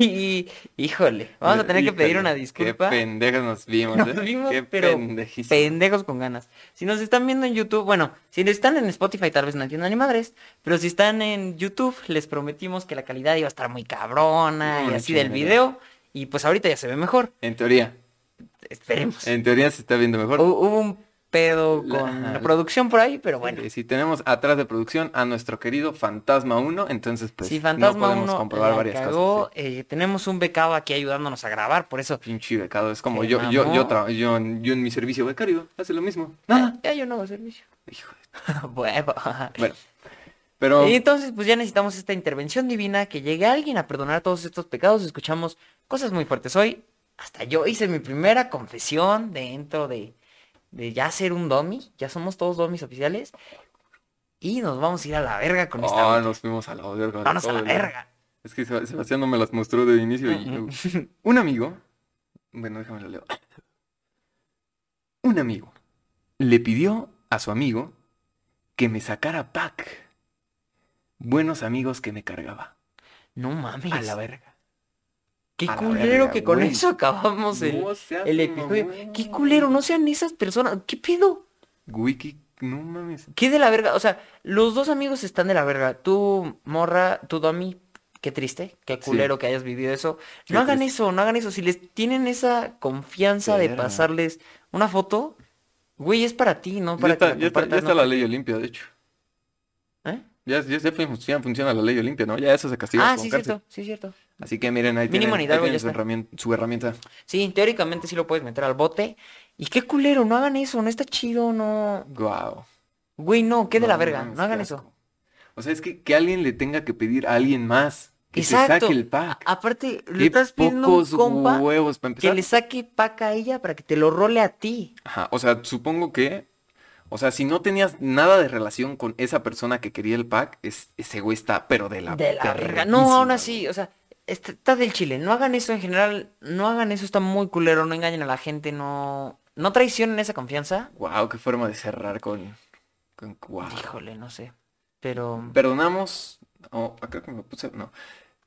S1: Y, híjole, vamos a tener que pedir
S2: Híjole,
S1: una disculpa.
S2: Qué pendejos nos vimos,
S1: Nos
S2: ¿eh?
S1: vimos,
S2: Qué
S1: pero
S2: pendejísimos.
S1: Pendejos con ganas. Si nos están viendo en YouTube, bueno, si están en Spotify tal vez no entiendan ni madres, pero si están en YouTube, les prometimos que la calidad iba a estar muy cabrona y
S2: Una
S1: así del
S2: chingadera.
S1: video. Y pues ahorita ya se ve mejor.
S2: En teoría.
S1: Esperemos.
S2: En teoría se está viendo mejor.
S1: Hu- Hubo un pedo
S2: La-
S1: con la producción por ahí, pero bueno.
S2: Eh, Si tenemos atrás de producción a nuestro querido Fantasma 1, entonces pues
S1: si Fantasma
S2: no podemos
S1: 1
S2: comprobar
S1: la
S2: varias
S1: cagó,
S2: cosas.
S1: eh, tenemos un becado aquí ayudándonos a grabar, por eso.
S2: sí. Pinche becado, es como
S1: Se
S2: yo, yo,
S1: mamó.
S2: yo, tra- yo, en- yo en mi servicio becario, hace lo mismo.
S1: Ah,
S2: Nada.
S1: ya yo no hago servicio. Ah,
S2: Hijo de-
S1: Huevo.
S2: Bueno. Pero
S1: Y entonces, pues ya necesitamos esta intervención divina, que llegue alguien a perdonar todos estos pecados. Escuchamos cosas muy fuertes hoy. Hasta yo hice mi primera confesión dentro de, de ya ser un domi. Ya somos todos domis oficiales. Y nos vamos a ir a la verga con esta.
S2: Ah,
S1: onda.
S2: nos fuimos a la verga.
S1: Vámonos a la
S2: todo, ¿no?
S1: verga.
S2: Es que Seb- Sebastián no me las mostró de inicio y un amigo, bueno, déjame lo leo. Un amigo le pidió a su amigo que me sacara pack. Buenos amigos que me cargaba.
S1: No mames.
S2: A la verga.
S1: Qué
S2: A la
S1: culero
S2: verga,
S1: que con
S2: güey.
S1: eso acabamos el,
S2: No seas
S1: el episodio.
S2: mamón.
S1: Qué culero, no sean esas personas. ¿Qué pedo?
S2: Wiki, no mames.
S1: ¿Qué de la verga? O sea, los dos amigos están de la verga. Tú, morra, tú, Domi. Qué triste, qué
S2: Sí.
S1: culero que hayas vivido eso.
S2: Qué
S1: no hagan
S2: triste.
S1: eso, no hagan eso. Si les tienen esa confianza de
S2: Verga.
S1: pasarles una foto, güey, es para ti, no
S2: Ya
S1: para
S2: está,
S1: que
S2: ya está- ya
S1: compartas,
S2: está
S1: no
S2: la
S1: para-
S2: ley Olimpia, de hecho.
S1: ¿Eh?
S2: Ya, ya, ya fun- ya funciona la ley Olimpia, ¿no? Ya eso se castiga
S1: Ah,
S2: con
S1: sí,
S2: cárcel.
S1: cierto, sí, cierto.
S2: Así que miren, ahí
S1: Mínimo
S2: tienen,
S1: en
S2: ahí
S1: Hidalgo
S2: tienen
S1: ya
S2: su,
S1: está.
S2: herramien- su herramienta.
S1: Sí, teóricamente sí lo puedes meter al bote. Y qué culero, no hagan eso, no está chido, no.
S2: Guau.
S1: Güey, no, qué de
S2: No
S1: la verga,
S2: mames,
S1: no hagan
S2: qué
S1: eso.
S2: asco. O sea, es que, que alguien le tenga que pedir a alguien más que
S1: Exacto.
S2: te saque el pack.
S1: A- Aparte, le
S2: Qué
S1: estás pidiendo a un
S2: pocos
S1: compa
S2: huevos para
S1: que
S2: empezar.
S1: le saque paca a ella para que te lo role a ti.
S2: Ajá, o sea, supongo que, o sea, si no tenías nada de relación con esa persona que quería el pack, es, ese güey está, pero de la,
S1: de la verga.
S2: verguísima,
S1: No, aún
S2: güey.
S1: así, o sea, está, está del chile. No hagan eso en general, no hagan eso, está muy culero, no engañen a la gente, no. No traicionen esa confianza.
S2: Guau, qué forma de cerrar con, con guau.
S1: Híjole, no sé. Pero.
S2: Perdonamos, oh, acá que me puse, no.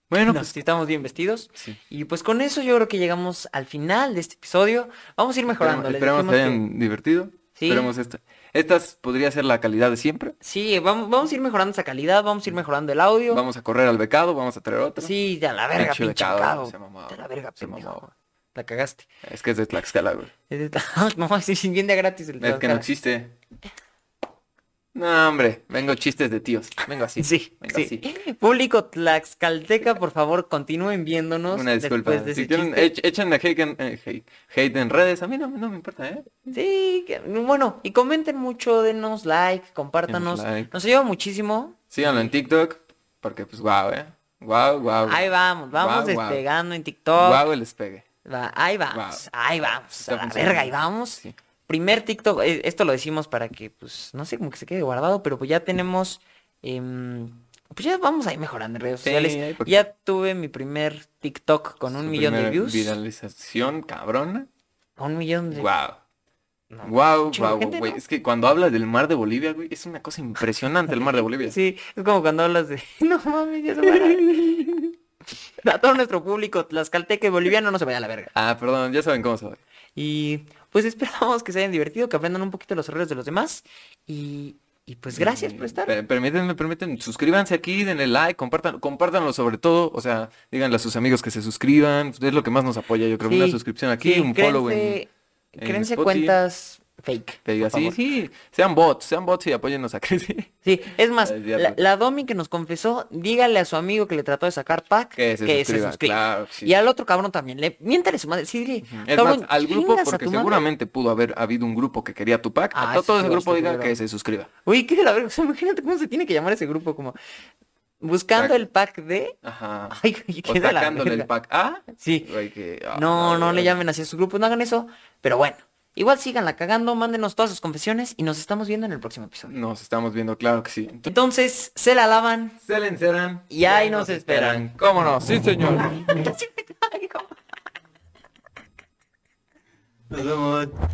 S2: Bueno,
S1: no,
S2: pues,
S1: si estamos bien vestidos.
S2: sí.
S1: Y pues con eso yo creo que llegamos al final de este episodio. Vamos a ir mejorando. les
S2: Esperamos, esperamos que
S1: dijimos que-
S2: hayan divertido.
S1: Sí.
S2: Esperamos esta. Estas podría ser la calidad de siempre.
S1: Sí, vamos, vamos a ir mejorando esa calidad, vamos a ir mejorando el audio.
S2: Vamos a correr al becado, vamos a traer otro.
S1: Sí, de a la verga,
S2: Pinche
S1: pinche
S2: becado,
S1: cabo.
S2: se mamó,
S1: De la verga,
S2: se
S1: pendejo.
S2: mamó, güey.
S1: Ah, La cagaste.
S2: Es que es de Tlaxcala, güey.
S1: no, sí, sí, bien de gratis. el
S2: Es que no
S1: Tlaxcala.
S2: existe. No, hombre, vengo chistes de tíos. Vengo así.
S1: Sí,
S2: vengo
S1: sí.
S2: así.
S1: Público Tlaxcalteca, por favor, continúen viéndonos.
S2: Una disculpa.
S1: después de
S2: si
S1: ese
S2: tienen,
S1: chiste.
S2: ech- echan de hate en, eh, hate, hate en redes, a mí no, no me importa, ¿eh?
S1: Sí, que- bueno, y comenten mucho, denos like, compártanos.
S2: Denos like.
S1: Nos ayuda muchísimo.
S2: Síganlo en TikTok, porque pues guau, ¿eh? Guau, guau.
S1: Ahí vamos, vamos
S2: Guau, guau.
S1: despegando en TikTok.
S2: Guau, el despegue.
S1: Va- ahí vamos, ahí vamos.
S2: Está
S1: A la
S2: funcionando.
S1: verga, ahí vamos.
S2: Sí.
S1: Primer TikTok, eh, esto lo decimos para que, pues, no sé, como que se quede guardado, pero pues ya tenemos, em, pues ya vamos ahí mejorando en redes
S2: Sí, ahí
S1: sociales.
S2: poquito.
S1: Ya tuve mi primer TikTok con un
S2: Su
S1: millón de
S2: primera
S1: views.
S2: Viralización, cabrona.
S1: Un millón de...
S2: Guau.
S1: no,
S2: Guau,
S1: chingo de
S2: guau,
S1: gente,
S2: güey.
S1: ¿no?
S2: Es que cuando hablas del mar de Bolivia, güey, es una cosa impresionante el mar de Bolivia.
S1: Sí, es como cuando hablas de... No mames, ya se va a la- A todo nuestro público tlaxcalteca y boliviano no se vaya a la verga.
S2: Ah, perdón, ya saben cómo se va.
S1: Y pues esperamos que se hayan divertido, que aprendan un poquito los errores de los demás. Y, y pues gracias por
S2: Eh,
S1: estar.
S2: per- Permítanme, permítanme, suscríbanse aquí, denle like, compartan, compártanlo sobre todo, o sea, díganle a sus amigos que se suscriban, es lo que más nos apoya, yo creo,
S1: Sí,
S2: una suscripción aquí,
S1: sí,
S2: un follow en,
S1: créense-
S2: en
S1: créense
S2: Spotify.
S1: cuentas fake.
S2: que
S1: por
S2: diga, sí,
S1: favor.
S2: sí, sean bots, sean bots y apóyennos a crecer.
S1: Sí, es más,
S2: Ah, es cierto.
S1: la, la Domi que nos confesó, dígale a su amigo que le trató de sacar pack
S2: Que se suscriba, claro, sí.
S1: Y al otro cabrón también, le miéntale su madre, sí, dile,
S2: Es
S1: cabrón,
S2: más, al grupo,
S1: chingas a
S2: porque
S1: tu madre.
S2: seguramente pudo haber habido un grupo que quería tu pack,
S1: Ah,
S2: a todo, todo
S1: sí,
S2: ese grupo
S1: está
S2: diga
S1: culero.
S2: que se suscriba.
S1: Uy, qué de la verga, o sea, imagínate cómo se tiene que llamar ese grupo, como buscando
S2: Pack.
S1: el pack de...
S2: Ajá.
S1: Ay, güey,
S2: O
S1: qué de la
S2: sacándole el
S1: verga.
S2: pack. Ah,
S1: Sí,
S2: güey, que- ah,
S1: No, no le
S2: güey.
S1: llamen así a sus grupos, no hagan eso. Pero bueno, igual síganla cagando, mándenos todas sus confesiones y nos estamos viendo en el próximo episodio.
S2: Nos estamos viendo, claro que sí. Entonces,
S1: Entonces, se la lavan.
S2: se le encerran.
S1: Y ahí nos esperan.
S2: ¿Cómo no? Sí, señor. Nos vemos.